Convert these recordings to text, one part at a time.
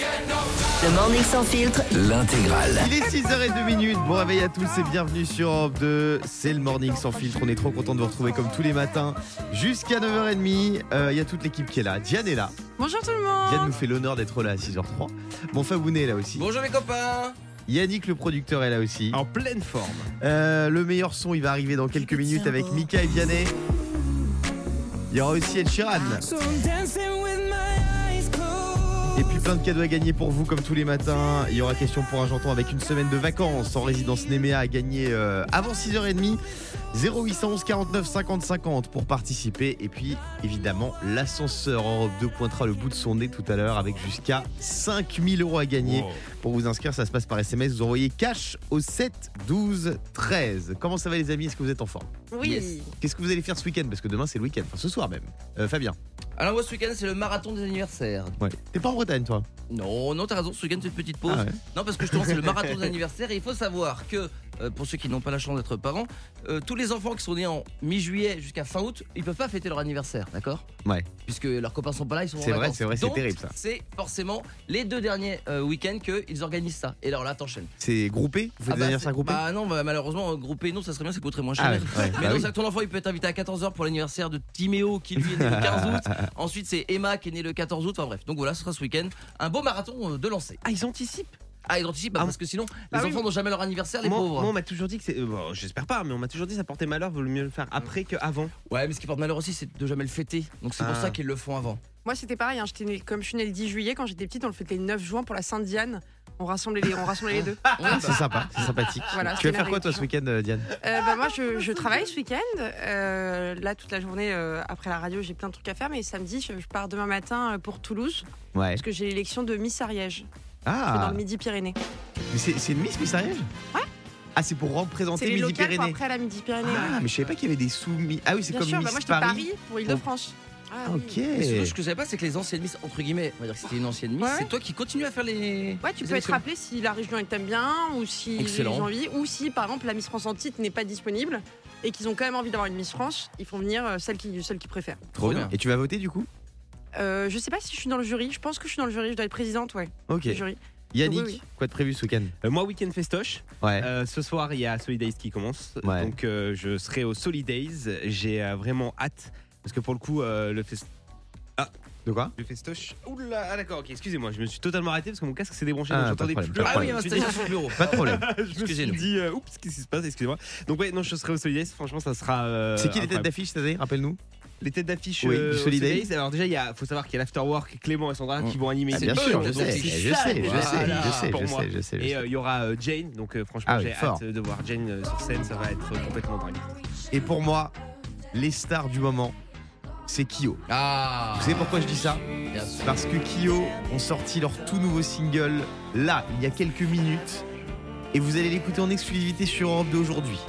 Le morning sans filtre, L'intégrale. Il est 6h02 minutes. Bon réveil à tous et bienvenue sur Europe 2. C'est le morning sans filtre. On est trop content de vous retrouver comme tous les matins jusqu'à 9h30. Euh, Il y a toute l'équipe qui est là. Diane est là. Bonjour tout le Diane monde nous fait l'honneur d'être là à 6h03. Mon Fabounet est là aussi. Bonjour les copains Yannick le producteur est là aussi. En pleine forme. Euh, le meilleur son, il va arriver dans quelques minutes avec Mika et Vianney. Il y aura aussi Ed Sheeran. Et puis plein de cadeaux à gagner pour vous comme tous les matins. Il y aura question pour un janton avec une semaine de vacances en résidence Néméa à gagner euh, avant 6h30. 0811 49 50 50 pour participer. Et puis évidemment l'ascenseur en robe 2 pointera le bout de son nez tout à l'heure avec jusqu'à 5000 euros à gagner. Pour vous inscrire, ça se passe par SMS. Vous envoyez cash au 7 12 13. Comment ça va les amis Est-ce que vous êtes en forme Oui Yes. Qu'est-ce que vous allez faire ce week-end Parce que demain c'est le week-end. Enfin ce soir même. Euh, Fabien. Alors moi ce week-end c'est le marathon des anniversaires. Ouais. T'es pas en Bretagne toi Non, non, t'as raison, ce week-end c'est une petite pause. Ah ouais. Non, parce que justement c'est le marathon des anniversaires et il faut savoir que, euh, pour ceux qui n'ont pas la chance d'être parents, euh, tous les enfants qui sont nés en mi-juillet jusqu'à fin août, ils peuvent pas fêter leur anniversaire, d'accord Ouais. Puisque leurs copains sont pas là, ils sont en C'est vrai, vacances. c'est vrai, c'est Donc, terrible, ça. C'est forcément les deux derniers euh, week-ends qu'ils organisent ça. Et alors là, t'enchaînes. C'est groupé Vous faites Ah des bah, anniversaires c'est- groupés Bah non, bah, malheureusement, groupé, non, ça serait bien, ça coûterait moins cher. Ah ouais, ouais, Mais bah non, oui. c'est que ton enfant, il peut être invité à 14h pour l'anniversaire de Timéo qui lui est né le 15 août. Ensuite, c'est Emma qui est née le 14 août. Enfin bref, donc voilà, ce sera ce week-end. Un beau marathon euh, de lancer. Ah, ils anticipent Ah, et anticipes, bah, Ah, parce que sinon, bah les oui. enfants n'ont jamais leur anniversaire, les Moi, pauvres. moi, on m'a toujours dit que c'est. euh, bon, J'espère pas, mais on m'a toujours dit que ça portait malheur, vaut mieux le faire après qu'avant. Ouais, mais ce qui porte malheur aussi, c'est de jamais le fêter. Donc c'est pour Ah. ça qu'ils le font avant. Moi c'était pareil, hein, j'étais née- comme je suis née le 10 juillet, quand j'étais petite, on le fêtait le 9 juin pour la Sainte-Diane. On rassemblait les, on rassemblait les deux. Ah, C'est sympa, c'est sympathique. ah. Voilà, tu c'est vas faire quoi toi la ce week-end euh, Diane Euh, bah, moi je, je travaille ce week-end. Euh, là toute la journée euh, après la radio, j'ai plein de trucs à faire. Mais samedi, je, je pars demain matin euh, pour Toulouse Ouais. parce que j'ai l'élection de Miss Ariège c'est dans Ah le Midi-Pyrénées. mais c'est c'est une Miss Miss Ariège Ouais. Ah c'est pour C'est représenter les Midi locales quoi, Pyrénées. après la Midi-Pyrénées. Ah ouais. mais je savais pas qu'il y avait des soumis. Ah oui c'est Bien comme sûr, bah, Miss moi j'étais à Paris. Paris pour Île-de-France. Ah, Ah, oui. ok. Et surtout, ce que je savais pas, c'est que les anciennes miss, entre guillemets, on va dire que c'était une ancienne miss, Ouais. c'est toi qui continues à faire les. Ouais, les tu peux être élections. rappelé si la région elle t'aime bien ou si ils Excellent. ont envie ou si par exemple la Miss France en titre n'est pas disponible et qu'ils ont quand même envie d'avoir une Miss France, ils font venir euh, celle qui celle qui préfère. Trop bien. bien. Et tu vas voter du coup Euh, je sais pas si je suis dans le jury, je pense que je suis dans le jury, je dois être présidente, ouais, Ok. du jury. Yannick, Oui, oui. quoi de prévu ce week-end Euh, moi, week-end festoche. Ouais. Euh, ce soir, il y a Solidays qui commence. Ouais. Donc, euh, je serai au Solidays. J'ai euh, vraiment hâte. Parce que pour le coup, euh, le, fest- De quoi le festoche. Oula, ah, d'accord, ok, excusez-moi, je me suis totalement arrêté parce que mon casque s'est débranché. Ah, donc pas de j'entendais problème, plus. pas de Ah oui, il y a Je un me suis station sur le bureau. Pas de problème. dit- je me suis Excusez-nous. dit, euh, oups, qu'est-ce qui se passe, excusez-moi. Donc, ouais, non, je serai au Solidays. Franchement, ça sera. euh, c'est qui les têtes incroyable. d'affiche cette année Rappelle-nous. les têtes d'affiche Oui, euh, du au Solidays. Solidays. Alors déjà, il y a- faut savoir qu'il y a l'Afterwork, Clément et Sandra Mm. qui vont animer. Ah, C'est bien eux, sûr, donc je sais, c'est je sais, je ça, sais, je voilà, sais, pour je moi. sais, je sais, je Et sais. euh, il y aura euh, Jane, donc euh, franchement, Ah oui, j'ai fort. hâte de voir Jane euh, sur scène, ça va être euh, complètement dingue. euh, Et pour moi, les stars du moment, c'est Kyo. Ah Vous savez pourquoi je dis ça Bien sûr. Parce que Kyo ont sorti leur tout nouveau single là, il y a quelques minutes. Et vous allez l'écouter en exclusivité sur Europe 2 aujourd'hui.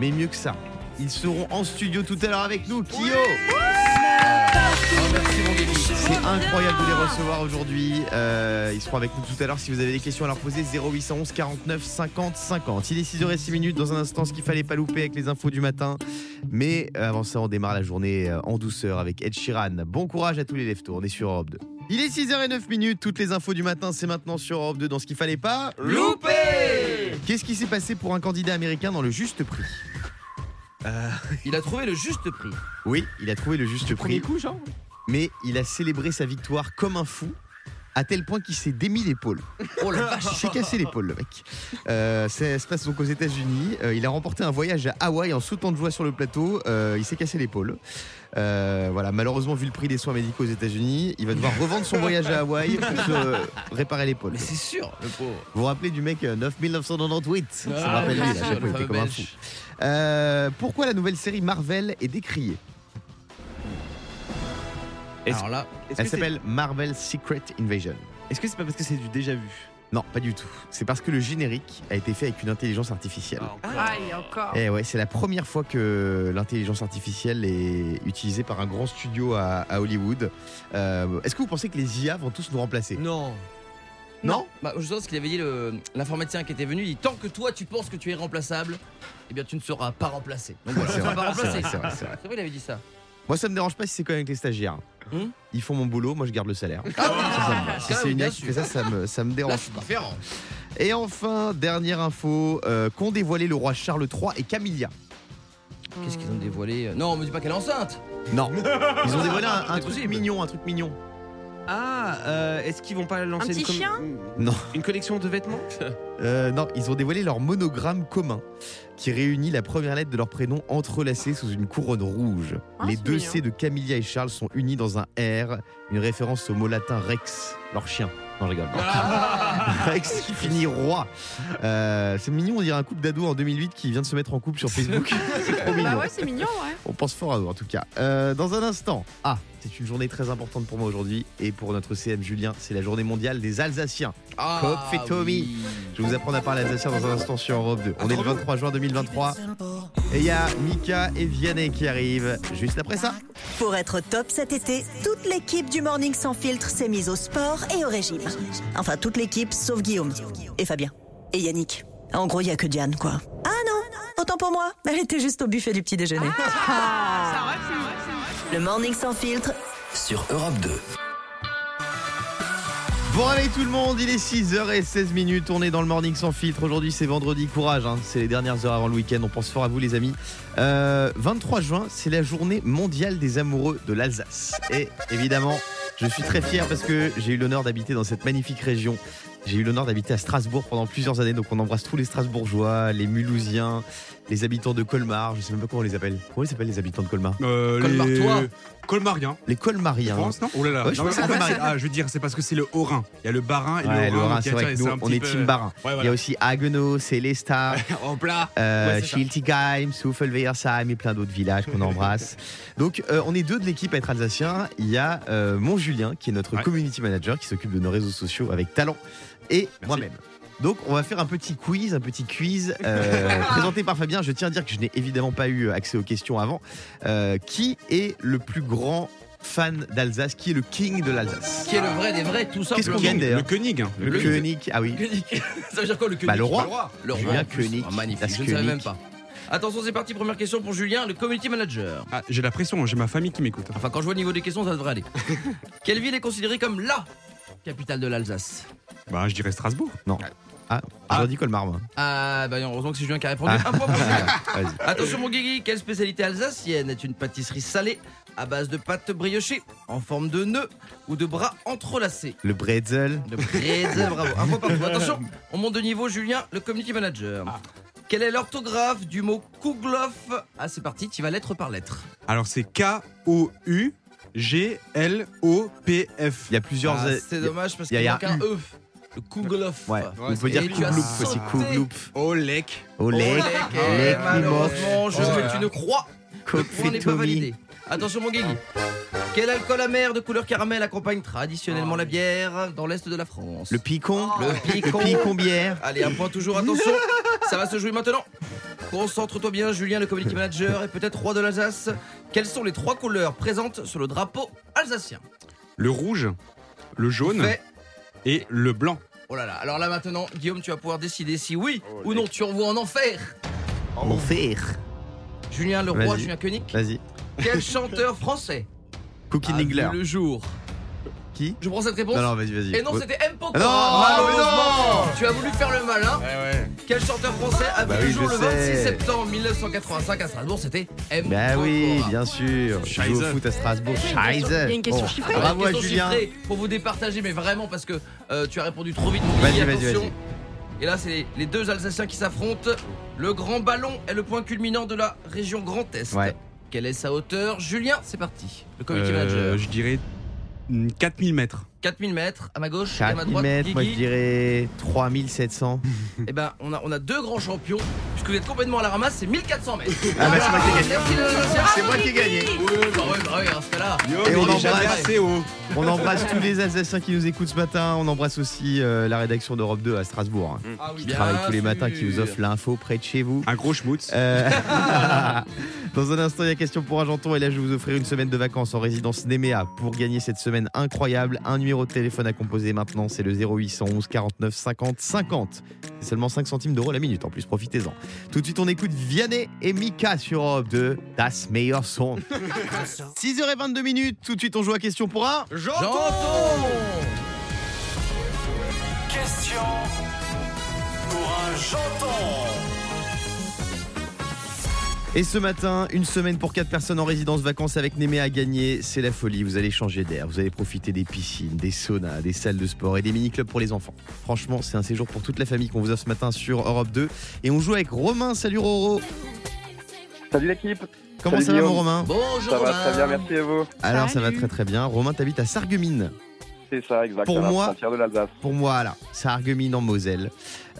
Mais mieux que ça, ils seront en studio tout à l'heure avec nous, Kyo Ah, Oh, merci mon Guémy. C'est incroyable de les recevoir aujourd'hui. Euh, ils seront avec nous tout à l'heure. Si vous avez des questions à leur poser, 0811 49 50 50. Il est 6h06 minutes. Dans un instant, ce qu'il fallait pas louper avec les infos du matin. Mais euh, avant ça, on démarre la journée euh, en douceur avec Ed Sheeran. Bon courage à tous les leftos. On est sur Europe 2. Il est 6h09 minutes. Toutes les infos du matin, c'est maintenant sur Europe 2. Dans ce qu'il fallait pas Loupé Qu'est-ce qui s'est passé pour un candidat américain dans le juste prix Il a trouvé le juste prix. Oui, il a trouvé le juste prix. coup, genre Mais il a célébré sa victoire comme un fou, à tel point qu'il s'est démis l'épaule. Oh la vache Il s'est cassé l'épaule, le mec. Euh, ça se passe donc aux États-Unis. Euh, il a remporté un voyage à Hawaï en sautant de joie sur le plateau. Euh, il s'est cassé l'épaule. Euh, voilà, malheureusement, vu le prix des soins médicaux aux États-Unis, il va devoir revendre son voyage à Hawaï pour se euh, réparer l'épaule. Mais c'est sûr, le pauvre. Vous vous rappelez du mec euh, 9998 Ah, Ça me rappelle lui, bien à chaque sûr, fois, il le était fameux comme un fou. Belge. Euh, pourquoi la nouvelle série Marvel est décriée Est-ce- Alors là, Est-ce Elle que c'est- s'appelle Marvel Secret Invasion. Est-ce que c'est pas parce que c'est du déjà vu Non, pas du tout. C'est parce que le générique a été fait avec une intelligence artificielle. Ah, il y a encore. Eh ouais, c'est la première fois que l'intelligence artificielle est utilisée par un grand studio à, à Hollywood. Euh, Est-ce que vous pensez que les IA vont tous nous remplacer Non. Non bah, je sais ce qu'il avait dit le- l'informaticien qui était venu. Il dit tant que toi tu penses que tu es remplaçable, eh bien tu ne seras pas remplacé. Donc voilà, C'est tu ne seras vrai, pas c'est vrai, remplacé. c'est vrai, c'est vrai. C'est vrai, il avait dit ça. Moi, ça me dérange pas si c'est quand même avec les stagiaires. Hmm Ils font mon boulot, moi je garde le salaire. Ah, Si c'est une ex qui fait ça, ça me, ça me Là, dérange. c'est pas. Différent. Et enfin, dernière info, euh, qu'ont dévoilé le roi Charles III et Camilla. Qu'est-ce qu'ils ont dévoilé euh, Non, on me dit pas qu'elle est enceinte. Non, Ah, ils ont dévoilé un, un C'est truc possible. mignon, un truc mignon. Ah, euh, est-ce qu'ils vont pas lancer petit une, com- chien Non. une collection de vêtements Euh, non, ils ont dévoilé leur monogramme commun qui réunit la première lettre de leur prénom entrelacée sous une couronne rouge. Ah, Les c'est deux mignon. C de Camilla et Charles sont unis dans un R, une référence au mot latin rex, leur chien. Non, je rigole. Ah. Rex qui finit roi. Euh, c'est mignon, on dirait un couple d'ados en 2008 qui vient de se mettre en couple sur Facebook. c'est trop mignon. Bah ouais, c'est mignon, ouais. On pense fort à eux en tout cas. Euh, dans un instant, ah, c'est une journée très importante pour moi aujourd'hui et pour notre CM Julien, c'est la journée mondiale des Alsaciens. Coop fait Tommy. Ah, oui. Je vais vous apprendre à parler alsacien dans un instant sur Europe 2. On est le 23 juin 2023 et il y a Mika et Vianney qui arrivent juste après ça. Pour être au top cet été, toute l'équipe du Morning Sans Filtre s'est mise au sport et au régime. Enfin, toute l'équipe sauf Guillaume et Fabien et Yannick. En gros, il n'y a que Diane, quoi. Ah non, autant pour moi. Elle était juste au buffet du petit déjeuner. Ah. Ça aurait pu. Le Morning Sans Filtre, sur Europe 2. Bon réveil tout le monde, il est 6h16 minutes, on est dans le morning sans filtre. Aujourd'hui c'est vendredi, courage, hein. c'est les dernières heures avant le week-end, on pense fort à vous les amis. Euh, 23 juin, c'est la journée mondiale des amoureux de l'Alsace. Et évidemment, je suis très fier parce que j'ai eu l'honneur d'habiter dans cette magnifique région. J'ai eu l'honneur d'habiter à Strasbourg pendant plusieurs années, donc on embrasse tous les Strasbourgeois, les Mulhousiens, les habitants de Colmar, je sais même pas comment on les appelle. Comment ils s'appellent les habitants de Colmar Euh, Colmar, les- toi. hein, Colmarien. Les Je Colmariens. pense, non Oh là là. Ouais, je Non, mais pense que en fait, Colmar- c'est- ah, je veux dire, c'est parce que c'est le Haut-Rhin. Il y a le Bas-Rhin et Ouais, le le Haut-Rhin. Rhin, donc, c'est tiens, vrai et que nous, un on petit est peu- Team Barin. Ouais, Il y a voilà. aussi Haguenau, Célestat, En plat. Euh, Ouais, c'est ça. Schiltigheim, Souffel-Wegersheim et plein d'autres villages qu'on embrasse. Donc, euh, on est deux de l'équipe à être alsacien. Il y a euh, mon Julien, qui est notre Ouais. community manager, qui s'occupe de nos réseaux sociaux avec talent, et moi-même. Donc, on va faire un petit quiz, un petit quiz euh, présenté par Fabien. Je tiens à dire que je n'ai évidemment pas eu accès aux questions avant. Euh, qui est le plus grand fan d'Alsace Qui est le king de l'Alsace Qui est le vrai des vrais, tout Qu'est-ce simplement. qu'on gagne Le d'ailleurs Koenig. hein. Le König, ah oui. Koenig. Ça veut dire quoi le Koenig Bah, le roi. Le roi. Julien en plus. Koenig, Ah, magnifique. Das Je ne savais Koenig. même pas. Attention, c'est parti. Première question pour Julien, le community manager. Ah, j'ai la pression, j'ai ma famille qui m'écoute. hein. Enfin, quand je vois le niveau des questions, ça devrait aller. Quelle ville est considérée comme LA capitale de l'Alsace Bah, je dirais Strasbourg. Ah, j'aurais dit Colmar, moi. Ah, bah, non, heureusement que c'est Julien qui a répondu. Ah. Un point pour Julien. Vas-y. Attention mon Guigui, quelle spécialité alsacienne est une pâtisserie salée à base de pâte briochée en forme de nœud ou de bras entrelacés Le Bretzel. De brezel, bravo. Un point partout. Attention, on monte de niveau Julien, le community manager. Ah. Quelle est l'orthographe du mot Kougloff Ah c'est parti, tu vas lettre par lettre. Alors, c'est K-O-U-G-L-O-P-F. Il y a plusieurs. Ah, euh, c'est dommage parce y a- qu'il y a manque un U. E. Le Kougloff. Ouais, on peut c'est- dire et tu as Kougloup aussi, sauté. Kougloup. Oh, lec. Olé, Lec, Mimoff, Ah malheureusement, je Oh là fais là. une croix. Le point n'est pas Kopfitomi. validé. Attention mon Guigui. Quel alcool amer de couleur caramel accompagne traditionnellement la bière dans l'est de la France Ah Le Picon, Le picon. bière. Allez, un point toujours, attention. Ça va se jouer maintenant. Concentre-toi bien, Julien, le community manager et peut-être roi de l'Alsace. Quelles sont les trois couleurs présentes sur le drapeau alsacien Le rouge, le jaune Fait. et le blanc. Oh là là, alors là maintenant, Guillaume, tu vas pouvoir décider si oui ou non tu renvoies en enfer. Mon fer. Julien le roi, Vas-y. Julien Koenig. Oh. Vas-y. Quel chanteur français Cookie a vu Ningler. Ah, le jour Qui Je prends cette réponse. Non, non, vas-y, vas-y. Et non, c'était M. Pokora. Non, Malheureusement, tu as voulu faire le malin. Quel chanteur français a vu Bah le oui, jour je le 26 sais. septembre 1985 à Strasbourg C'était M. Ah, Bah oui, Pokora. bien sûr. Je joue au Scheiße. foot à Strasbourg. Il y a une question- il y a une question Bon, chiffrée. Bravo à Question Julien. chiffrée pour vous départager, mais vraiment parce que euh, tu as répondu trop vite. mon Vas-y, Guigui, vas-y, attention. vas-y. Et là, c'est les deux Alsaciens qui s'affrontent. Le Grand Ballon est le point culminant de la région Grand Est. Ouais. Quelle est sa hauteur Julien, c'est parti. Le community Euh, manager. je dirais mm, 4000 mètres. 4000 mètres à ma gauche, et à ma 4 droite. mètres, moi je Guigui. dirais 3700. Eh ben, on a, on a deux grands champions. Puisque vous êtes complètement à la ramasse, c'est 1400 mètres. Ah bah, c'est moi qui ai gagné. Merci les Alsaciens. C'est moi qui ai gagné. Oui, bah oui, bah oui, en ce cas-là. Et on il est embrasse. jamais assez haut. On embrasse tous les Alsaciens qui nous écoutent ce matin. On embrasse aussi euh, la rédaction d'Europe 2 à Strasbourg. hein, Ah oui, Qui travaille bien tous les matins, qui vous sûr. offre l'info près de chez vous. Un gros schmutz. Euh, Dans un instant, il y a question pour Argenton. Et là, je vais vous offrir une semaine de vacances en résidence Néméa. Pour gagner cette semaine incroyable, un numéro de téléphone à composer maintenant, c'est le 0811 49 50 50. C'est seulement 5 centimes d'euros la minute. En plus, profitez-en. Tout de suite, on écoute Vianney et Mika sur Europe 2. Das meilleur son. 6h22 minutes. Tout de suite, on joue à question pour un. J'entends Question pour un janton. Et ce matin, une semaine pour quatre personnes en résidence vacances avec Némé à gagner, c'est la folie. Vous allez changer d'air, vous allez profiter des piscines, des saunas, des salles de sport et des mini-clubs pour les enfants. Franchement, c'est un séjour pour toute la famille qu'on vous offre ce matin sur Europe 2. Et on joue avec Romain. Salut Roro Salut l'équipe, Comment Salut ça va mon Guillaume. Romain Bonjour ça va Romain. très bien, merci et vous Alors ça va Salut. très très bien. Romain, t'habites à Sarreguemines. C'est ça, exactement. Pour moi- frontière de l'Alsace. Pour moi, là, Sarreguemines en Moselle.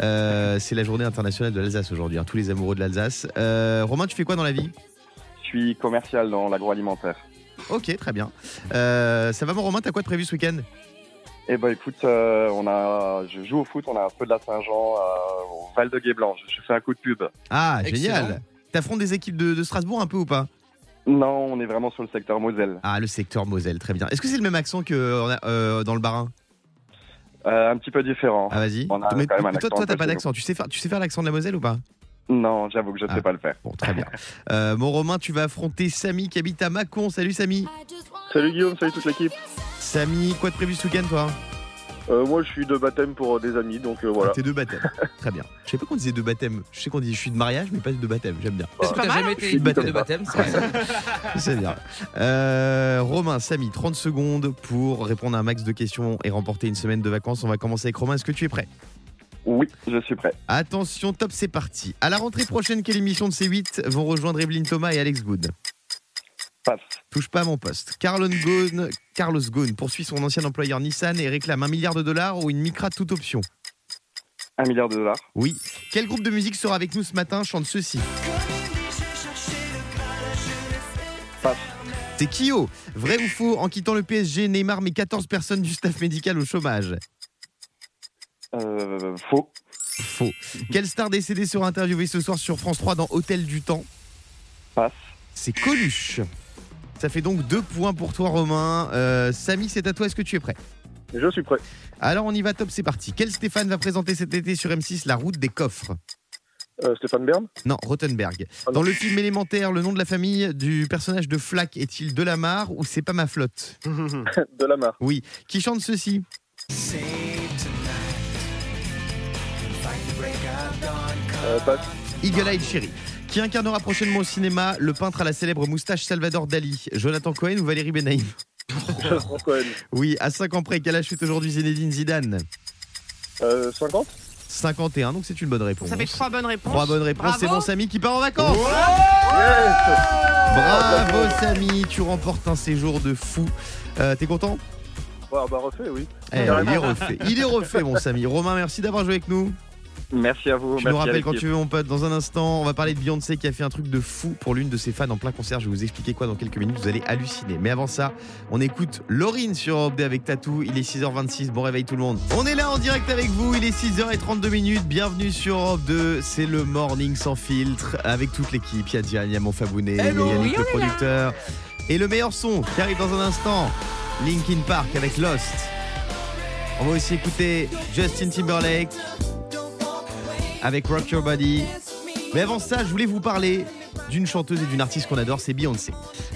Euh, c'est la journée internationale de l'Alsace aujourd'hui, hein, tous les amoureux de l'Alsace. Euh, Romain, tu fais quoi dans la vie Je suis commercial dans l'agroalimentaire. Ok, très bien. Euh, ça va mon Romain, t'as quoi de prévu ce week-end Eh ben écoute, euh, on a, je joue au foot, on a un peu de la Saint-Jean euh, au Val de Guéblanc. Je, je fais un coup de pub. Ah, Excellent. génial T'affrontes des équipes de, de Strasbourg un peu ou pas Non, on est vraiment sur le secteur Moselle. Ah, le secteur Moselle, très bien. Est-ce que c'est le même accent que euh, on a, euh, dans le Barin Euh, un petit peu différent. Ah, vas-y. On a Mais quand même un toi, accent toi, un t'as peu pas chez d'accent. Tu sais faire, tu sais faire l'accent de la Moselle ou pas Non, j'avoue que je ne Ah. sais pas le faire. Bon, très bien. Euh, mon Romain, tu vas affronter Samy qui habite à Mâcon. Salut Samy. Salut Guillaume, salut toute l'équipe. Euh, Samy, quoi de prévu ce week-end, toi moi, je suis de baptême pour euh, des amis, donc Ah, T'es deux baptêmes. très bien. Je sais pas qu'on disait deux baptêmes. Je sais qu'on dit je suis de mariage, mais pas de baptême. J'aime bien. Est-ce que t'as jamais hein. été suis invité de baptême baptême. c'est vrai C'est bien. Euh, Romain, Samy, 30 secondes pour répondre à un max de questions et remporter une semaine de vacances. On va commencer avec Romain. Est-ce que tu es prêt Oui, je suis prêt. Attention, top, c'est parti. À la rentrée prochaine, quelle émission de C8 vont rejoindre Evelyne Thomas et Alex Good Passe. Touche pas à mon poste. Carlon Ghosn- Carlos Ghosn poursuit son ancien employeur Nissan et réclame un milliard de dollars ou une micra toute option. Un milliard de dollars. Oui. Quel groupe de musique sera avec nous ce matin chante ceci Passe. C'est Kyo. Vrai ou faux En quittant le PSG, Neymar met 14 personnes du staff médical au chômage. Euh, faux. Faux. Quelle star décédée sera interviewée ce soir sur France 3 dans Hôtel du Temps Passe. c'est Coluche. Ça fait donc deux points pour toi, Romain. Euh, Samy, c'est à toi. Est-ce que tu es prêt Je suis prêt. Alors, on y va, top, c'est parti. Quel Stéphane va présenter cet été sur M6 La route des coffres Euh, Stéphane Bern. Non, Rottenberg. Ah non. Dans le film élémentaire, le nom de la famille du personnage de Flack est-il Delamare ou c'est pas ma flotte de la mare. Oui. Qui chante ceci Euh, passe. Eagle Eye Cherry. Qui incarnera prochainement au cinéma le peintre à la célèbre moustache Salvador Dali Jonathan Cohen ou Valérie Benaïm Ah. Oui, à 5 ans près, quel âge fait aujourd'hui Zinedine Zidane 50 51, donc c'est une bonne réponse. Ça fait trois bonnes réponses. Trois bonnes réponses, c'est mon Bravo. Samy qui part en vacances Bravo Samy, tu remportes un séjour de fou. Euh, T'es content bah refait, oui. Eh, Il est refait, il est refait mon Samy. Romain, merci d'avoir joué avec nous. Merci à vous. Je merci nous à rappelle quand l'équipe. tu veux mon pote. Dans un instant, on va parler de Beyoncé qui a fait un truc de fou pour l'une de ses fans en plein concert. Je vais vous expliquer quoi dans quelques minutes, vous allez halluciner. Mais avant ça, on écoute Laurine sur Europe 2 avec Tatou. Il est 6h26, bon réveil tout le monde. On est là en direct avec vous, il est 6h32 minutes. Bienvenue sur Europe 2, c'est le morning sans filtre avec toute l'équipe. Il y a Diane, il y a mon Fabounet, il y a Oui, Yannick on le est là. producteur. Et le meilleur son qui arrive dans un instant, Linkin Park avec Lost. On va aussi écouter Justin Timberlake avec Rock Your Body. Mais avant ça, je voulais vous parler d'une chanteuse et d'une artiste qu'on adore, c'est Beyoncé.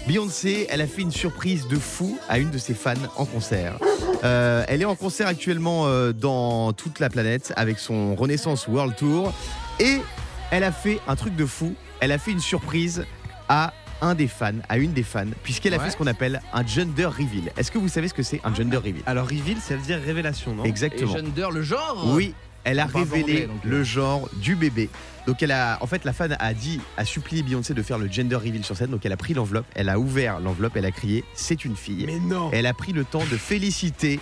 Beyoncé, elle a fait une surprise de fou à une de ses fans en concert. Euh, elle est en concert actuellement euh, dans toute la planète avec son Renaissance World Tour et elle a fait un truc de fou. Elle a fait une surprise à un des fans, à une des fans, puisqu'elle a Ouais. fait ce qu'on appelle un gender reveal. Est-ce que vous savez ce que c'est un gender reveal Alors, reveal, ça veut dire révélation, non Et Exactement. Gender, le genre Oui, elle a Enfin, révélé anglais, donc, euh. le genre du bébé. Donc elle a, en fait, la fan a dit, a supplié Beyoncé de faire le gender reveal sur scène. Donc elle a pris l'enveloppe, elle a ouvert l'enveloppe, elle a crié, c'est une fille. Mais non Elle a pris le temps de féliciter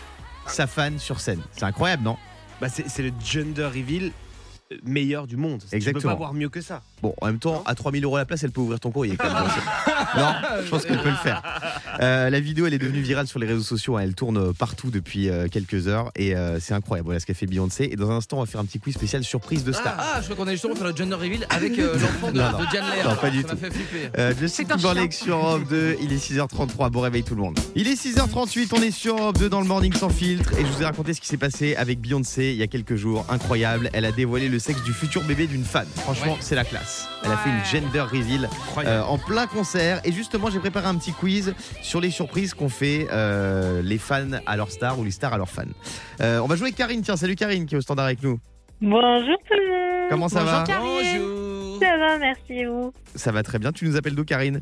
sa fan sur scène. C'est incroyable, non Bah, c'est c'est le gender reveal meilleure du monde. Tu peux Exactement. pas voir mieux que ça. Bon, en même temps, à 3000 euros la place, elle peut ouvrir ton courrier. quand même. non, je pense qu'elle peut le faire. Euh, la vidéo, elle est devenue virale sur les réseaux sociaux. hein. Elle tourne partout depuis euh, quelques heures et euh, c'est incroyable. Voilà ce qu'a fait Beyoncé. Et dans un instant, on va faire un petit quiz spécial surprise de Ah, star. ah, je crois qu'on allait justement faire le gender reveal avec euh, l'enfant de, Non, non. de Diane Lair. Non, pas du ça m'a tout. fait flipper. Euh, Justin C'est un Timberlake sur Europe 2, il est 6h33, bon réveil tout le monde. Il est 6h38, on est sur Europe 2 dans le Morning Sans Filtre et je vous ai raconté ce qui s'est passé avec Beyoncé il y a quelques jours, incroyable, elle a dévoilé le sexe du futur bébé d'une fan, franchement Ouais. c'est la classe. Elle a fait une Ouais. gender reveal euh, en plein concert et justement j'ai préparé un petit quiz sur les surprises qu'on fait euh, les fans à leurs stars ou les stars à leurs fans. Euh, on va jouer avec Karine, tiens salut Karine qui est au standard avec nous. Bonjour tout le monde. Comment ça Bonjour, va Karine. Bonjour. Ça va, merci et vous. Ça va très bien, tu nous appelles d'où Karine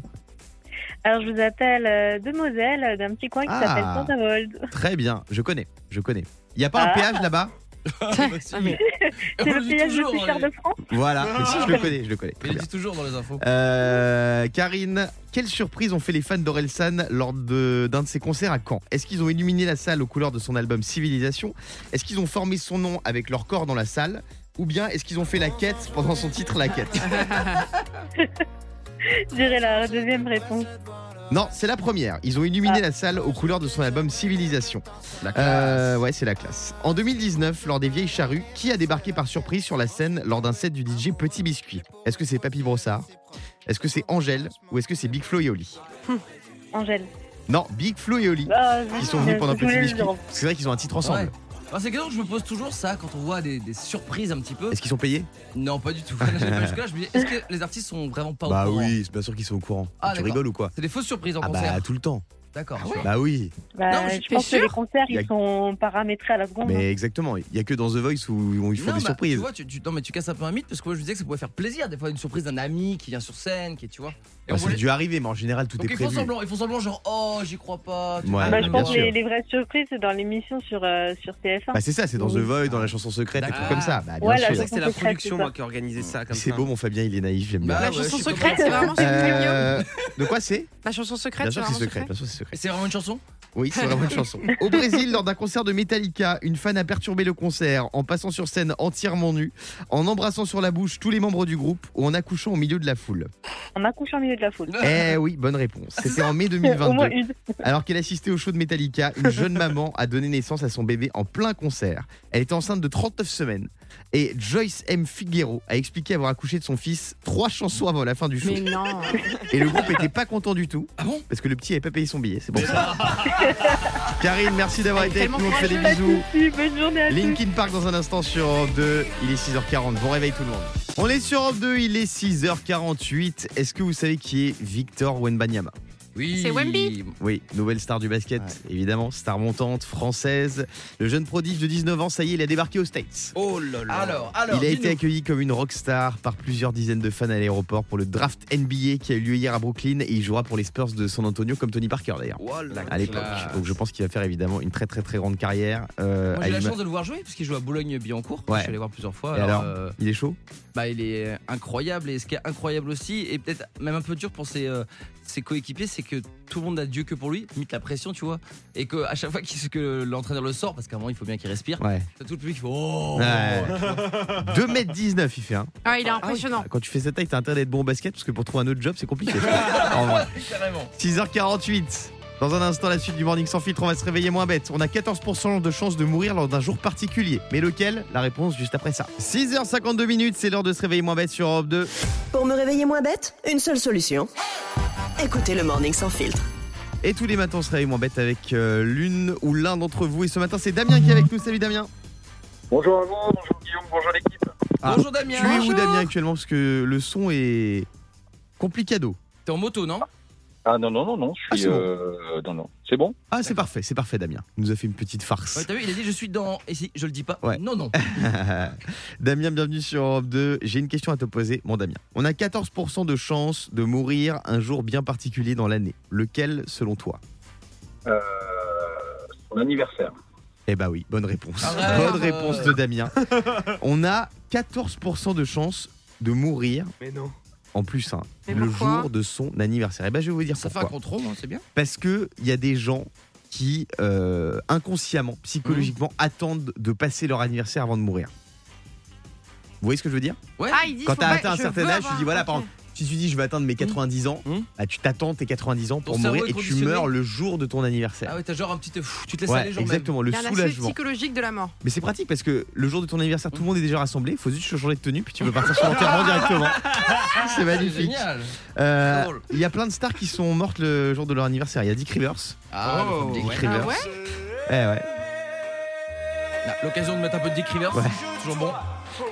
Alors je vous appelle euh, de Moselle, euh, d'un petit coin qui Ah. s'appelle Saint-Avold. Très bien, je connais, je connais. Il n'y a pas un Ah. péage là-bas Ah, mais- C'est On le dit péage le toujours, plus cher on de dit- France. Voilà, mais si je le connais, je le connais. Il Très le bien. dit toujours dans les infos. Euh, Karine, quelle surprise ont fait les fans d'Orelsan lors de- d'un de, ses concerts à Caen Est-ce qu'ils ont illuminé la salle aux couleurs de son album Civilisation Est-ce qu'ils ont formé son nom avec leur corps dans la salle Ou bien est-ce qu'ils ont fait la quête pendant son titre La Quête Je dirais la deuxième réponse. Non, c'est la première. Ils ont illuminé Ah. la salle aux couleurs de son album Civilisation. Euh, ouais, c'est la classe. En 2019, lors des Vieilles Charrues, qui a débarqué par surprise sur la scène lors d'un set du DJ Petit Biscuit Est-ce que c'est Papy Brossard Est-ce que c'est Angèle Ou est-ce que c'est Big Flo et Oli Angèle. Non, Big Flo et Oli. Ah, Ils sont venus pendant je voulais Petit le Biscuit. dire. C'est vrai qu'ils ont un titre ensemble. Ouais. Alors, c'est que je me pose toujours ça quand on voit des, des surprises un petit peu. Est-ce qu'ils sont payés Non, pas du tout. J'allais pas jusque-là, je me dis, est-ce que les artistes sont vraiment pas au courant c'est bien sûr qu'ils sont au courant. Ah, d'accord. ou quoi C'est des fausses surprises en Bah Ah concert. Ah bah tout le temps. D'accord. Bah oui. Bah, Non, je j'étais pense que sûre. les concerts, Y a- ils sont paramétrés à la seconde. Mais exactement, il y a que dans The Voice où ils font Non, des bah, surprises. Tu vois, tu, tu- non, mais tu casses un peu un mythe parce que moi je me disais que ça pouvait faire plaisir des fois une surprise d'un ami qui vient sur scène, qui est, tu vois. Et Bah, ça on a voulait- dû arriver, mais en général tout Donc est ils font prévu. semblant, ils font semblant genre oh j'y crois pas. tu Ouais, vois. Bah, je bien pense que sûr. les, les vraies surprises, c'est dans l'émission sur, euh, sur TF1. Bah c'est ça, c'est dans The Oui. Voic, dans la chanson secrète, des trucs D'accord. comme ça. Bah, bien Voilà, Je sûr. sais que c'est la Secret, c'est production ça. moi qui a organisé ça comme C'est ça. beau, mon Fabien, il est naïf, j'aime bien. Bah, La ouais, chanson je suis pas secrète, c'est vraiment secret. Euh, de quoi c'est La chanson secrète, Bien sûr c'est que c'est vraiment secret. secret. Bien sûr, c'est secret. Et c'est vraiment une chanson Oui, c'est vraiment une chanson. Au Brésil, lors d'un concert de Metallica, une fan a perturbé le concert en passant sur scène entièrement nue, en embrassant sur la bouche tous les membres du groupe ou en accouchant au milieu de la foule. On accouche en milieu de la foule. Eh oui, bonne réponse. C'était en mai Au moins 2022. une. Alors qu'elle assistait au show de Metallica, une jeune maman a donné naissance à son bébé en plein concert. Elle était enceinte de 39 semaines et Joyce M. Figuero a expliqué avoir accouché de son fils trois chansons avant la fin du show. Mais non. Et le groupe était pas content du tout Ah bon parce que le petit avait pas payé son billet, c'est pour ça. Karine, merci d'avoir Elle est été avec nous, on te fait des Pas de bisous. soucis, Bonne journée à tous. Linkin Park dans un instant sur Europe 2, il est 6h40, bon réveil tout le monde. On est sur Europe 2, il est 6h48. Est-ce que vous savez qui est Victor Wenbanyama Oui. C'est Wemby. Oui, nouvelle star du basket, évidemment, star montante, française. Le jeune prodige de 19 ans, ça y est, il a débarqué aux States. Oh là là. Alors, alors. il a dis-nous. été accueilli comme une rockstar par plusieurs dizaines de fans à l'aéroport pour le draft NBA qui a eu lieu hier à Brooklyn et il jouera pour les Spurs de San Antonio comme Tony Parker d'ailleurs. Oh là À l'époque. là. Donc je pense qu'il va faire évidemment une très très très grande carrière. euh, Moi à j'ai eu la l'ima- chance de le voir jouer parce qu'il joue à Boulogne-Billancourt. Ouais. Je suis allé voir plusieurs fois. Et alors, alors euh, Il est chaud bah, il est incroyable et ce qui est incroyable aussi et peut-être même un peu dur pour ses, euh, ses coéquipiers, c'est que tout le monde n'a Dieu que pour lui, limite la pression, tu vois, et que à chaque fois qu'il- que l'entraîneur le sort, parce qu'à un moment il faut bien qu'il respire, Ouais. t'as tout le public qui fait oh. Ouais. 2m19 il fait hein. Ah, il est impressionnant. Quand tu fais cette taille t'as intérêt d'être bon au basket parce que pour trouver un autre job c'est compliqué. en vrai. Carrément. 6h48. Dans un instant, la suite du Morning Sans Filtre, on va se réveiller moins bête. On a 14% de chance de mourir lors d'un jour particulier. Mais lequel La réponse juste après ça. 6h52 minutes, c'est l'heure de se réveiller moins bête sur Europe 2. Pour me réveiller moins bête, une seule solution. Écoutez le Morning Sans Filtre. Et tous les matins, on se réveille moins bête avec euh, l'une ou l'un d'entre vous. Et ce matin, c'est Damien qui est avec nous. Salut Damien. Bonjour à vous, bonjour Guillaume, bonjour l'équipe. Ah. Bonjour Tu Damien. es où Bonjour. Damien actuellement Parce que le son est complicado. T'es en moto, non Ah non, non, non, non, je Ah, suis. c'est bon. euh, Non, non, c'est bon Ah, c'est parfait, c'est parfait Damien. Il nous a fait une petite farce. Ouais, t'as vu, il a dit je suis dans. Et si, je le dis pas. Ouais. Non, non. Damien, bienvenue sur Europe 2. J'ai une question à te poser, mon Damien. On a 14% de chances de mourir un jour bien particulier dans l'année. Lequel, selon toi euh, Son anniversaire. Eh bah oui, bonne réponse. Ah ouais. bonne réponse de Damien. On a 14% de chances de mourir, Mais non. en plus, hein, Mais le pourquoi jour de son anniversaire. Eh bah je vais vous dire Ça fait un pourquoi. contrôle, hein, c'est bien. Parce qu'il y a des gens qui, euh, inconsciemment, psychologiquement, attendent de passer leur anniversaire avant de mourir. Vous voyez ce que je veux dire Ouais. Ah, il dit, Quand faut t'as pas- atteint un je certain veux âge, avoir tu un dis voilà, par papier. exemple, si tu dis je vais atteindre mes 90 ans, Mmh. bah, tu t'attends tes 90 ans pour Ton mourir cerveau est et tu conditionné. meurs le jour de ton anniversaire. Ah ouais, t'as genre un petit. pff, tu te laisses Ouais, aller, genre. même. exactement, le Il y a un aspect soulagement. psychologique de la mort. Mais c'est pratique parce que le jour de ton anniversaire, Hmm. tout le monde est déjà rassemblé. Faut juste changer de tenue, puis tu peux partir sur l'enterrement directement. C'est magnifique. Ah, Génial. Euh, drôle. Il y a plein de stars qui sont mortes le jour de leur anniversaire. Il y a Dick Rivers. Ah, Oh, le fameux Dick ouais. Rivers. Ah ouais Eh ouais. Ah, L'occasion de mettre un peu de Dick Rivers. Ouais. Toujours bon.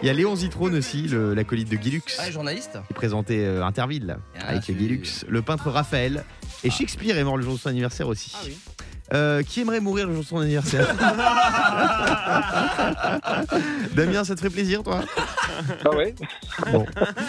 Il y a Léon Zitrone aussi, le- l'acolyte de Guilux, Ah, qui journaliste. présentait euh, Interville là, Ah, avec c'est- Guilux. Le peintre Raphaël. Et Shakespeare est mort le jour de son anniversaire aussi. Ah oui. Euh, qui aimerait mourir le jour de son anniversaire Damien, ça te ferait plaisir, toi Ah ouais Bon,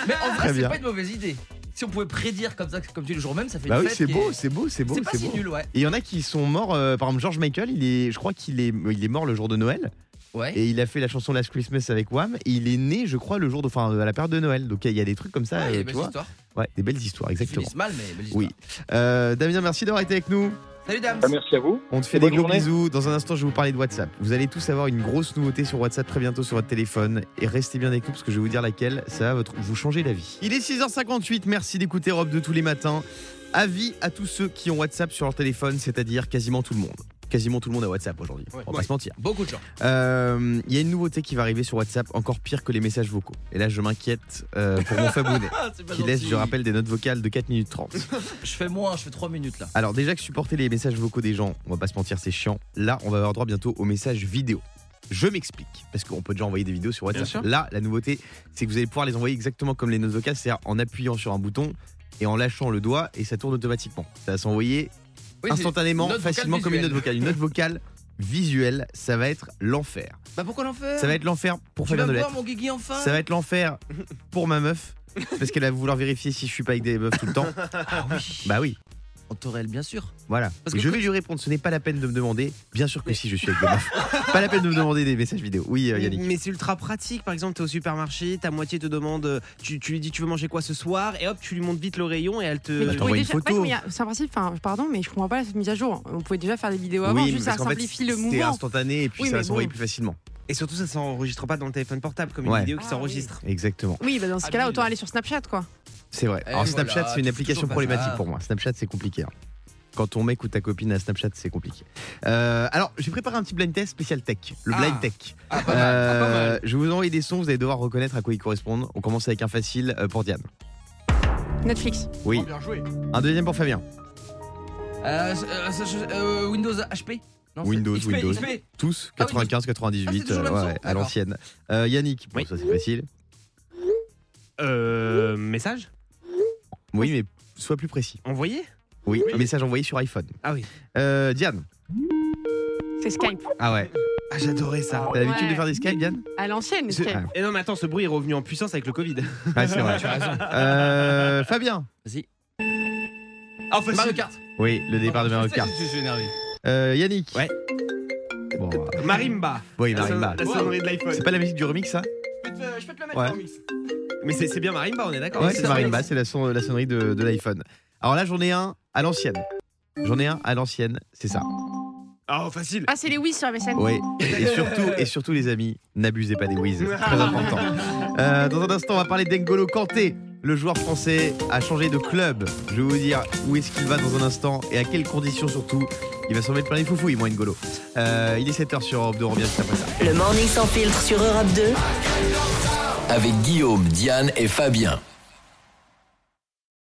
Mais en Ah, Très vrai, c'est bien. pas une mauvaise idée. Si on pouvait prédire comme ça, comme tu dis le jour même, ça fait bah une oui, fête c'est qui beau, est- c'est beau, c'est beau, C'est pas c'est si beau. nul, ouais. Et il y en a qui sont morts, euh, par exemple George Michael, il est, je crois qu'il est, il est mort le jour de Noël Ouais. et il a fait la chanson Last Christmas avec Wham. Et il est né, je crois, le jour de, enfin, euh, à la période de Noël. Donc il y a des trucs comme ça, Ah, il y euh, a des tu belles vois. histoires. Ouais, des belles histoires, Ils exactement. finissent mal, mais belles histoires. Oui. Euh, Damien, merci d'avoir été avec nous. Salut, dames. Ah, Merci à vous. On te fait Et des bonne gros journée. bisous. Dans un instant, je vais vous parler de WhatsApp. Vous allez tous avoir une grosse nouveauté sur WhatsApp très bientôt sur votre téléphone. Et restez bien avec nous parce que je vais vous dire laquelle. Ça va votre- vous changer la vie. Il est 6h58. Merci d'écouter Rob de tous les matins. Avis à tous ceux qui ont WhatsApp sur leur téléphone, c'est-à-dire quasiment tout le monde. Quasiment tout le monde a WhatsApp aujourd'hui. Ouais. On va Ouais. pas se mentir. Beaucoup de gens. Euh, Il y a une nouveauté qui va arriver sur WhatsApp, encore pire que les messages vocaux. Et là, je m'inquiète euh, pour mon fabounet, Ah, c'est pas qui laisse, gentil. je rappelle, des notes vocales de 4 minutes 30. Je fais moins, je fais 3 minutes là. Alors déjà que supporter les messages vocaux des gens, on va pas se mentir, c'est chiant. Là, on va avoir droit bientôt aux messages vidéo. Je m'explique, parce qu'on peut déjà envoyer des vidéos sur Bien sûr. WhatsApp. Là, la nouveauté, c'est que vous allez pouvoir les envoyer exactement comme les notes vocales, c'est-à-dire en appuyant sur un bouton et en lâchant le doigt, et ça tourne automatiquement. Ça va s'envoyer Oui, instantanément, note vocale facilement, comme une note vocale. Une note vocale visuelle, ça va être l'enfer. Bah pourquoi l'enfer Ça va être l'enfer pour Tu Fabien vas me Delette. voir mon Guigui enfin Ça va être l'enfer pour ma meuf, parce qu'elle va vouloir vérifier si je suis pas avec des meufs tout le temps. Ah oui. Bah oui. En Torel, bien sûr. Voilà. Parce que je quand- vais lui répondre, ce n'est pas la peine de me demander. Bien sûr que si je suis avec des meufs. pas la peine de me demander des messages vidéo. Oui, euh, Mais- Yannick. Mais c'est ultra pratique. Par exemple, t'es au supermarché, ta moitié te demande, euh, tu, tu lui dis tu veux manger quoi ce soir, et hop, tu lui montres vite le rayon et elle te. Mais bah, tu t'envoies pouvais une déjà- ouais, photo. mais il y a- C'est un principe, enfin, pardon, mais je comprends pas cette mise à jour. On pouvait déjà faire des vidéos avant, Oui, mais juste ça parce qu'en fait, simplifie le C'est mouvement. instantané et puis Oui, ça va mais s'envoyer bon. plus facilement. Et surtout, ça s'enregistre pas dans le téléphone portable comme Ouais. une vidéo qui Ah, s'enregistre. Exactement. Oui, bah dans ce cas-là, autant aller sur Snapchat, quoi. C'est vrai. Eh, Alors voilà, Snapchat, c'est une toujours application pas ça. problématique pour moi. Snapchat, c'est compliqué. hein. Quand ton mec ou ta copine a Snapchat, c'est compliqué. Euh, alors, j'ai préparé un petit blind test spécial tech. Le Ah. blind tech. Ah, pas mal, ah, pas Euh, mal. je vais vous envoyer des sons, vous allez devoir reconnaître à quoi ils correspondent. On commence avec un facile euh, pour Diane. Netflix. Oui. bien joué. Un deuxième pour Fabien. Euh, c'est- euh, c'est- euh, Windows HP non, c'est Windows, XP, Windows. XP. Tous, Ah oui, 95, 98, ah, c'est toujours euh, le même son ouais, à D'accord. l'ancienne. Euh, Yannick, bon, Oui. ça c'est facile. Euh, message Oui, mais sois plus précis. envoyé Oui, message envoyé sur iPhone. Ah oui. Euh, Diane. C'est Skype. Ah ouais. Ah, j'adorais ça. T'as l'habitude Ouais. de faire des Skype, Diane À l'ancienne, Ce- Skype. Et non, mais attends, ce bruit est revenu en puissance avec le Covid. Ah, Ouais, c'est vrai. Tu as raison. Euh, Fabien. Vas-y. Ah, facile. Mario Kart. Oui, le départ de Mario Kart. Ah, Je suis énervé. Euh, Yannick. Ouais. Bon, euh, Marimba. oui, Marimba. La sonnerie de l'iPhone. C'est pas la musique du remix, ça Je peux te, le mettre Ouais. en mix. Mais c'est c'est bien Marimba, on est d'accord Ouais, c'est Marimba, c'est la, son- la sonnerie de, de l'iPhone. Alors là, j'en ai un à l'ancienne. J'en ai un à l'ancienne, c'est ça. Ah, facile. Ah, c'est les oui sur MSN. Oui, et surtout, et surtout les amis, n'abusez pas des whiz, c'est très important. Euh, dans un instant, on va parler d'Engolo Kanté. Le joueur français a changé de club. Je vais vous dire où est-ce qu'il va dans un instant et à quelles conditions surtout. Il va s'en mettre plein les foufouilles, moi, N'Golo. Euh, il est 7h sur Europe 2, on revient juste après ça. Le morning sans filtre sur Europe 2. Avec Guillaume, Diane et Fabien.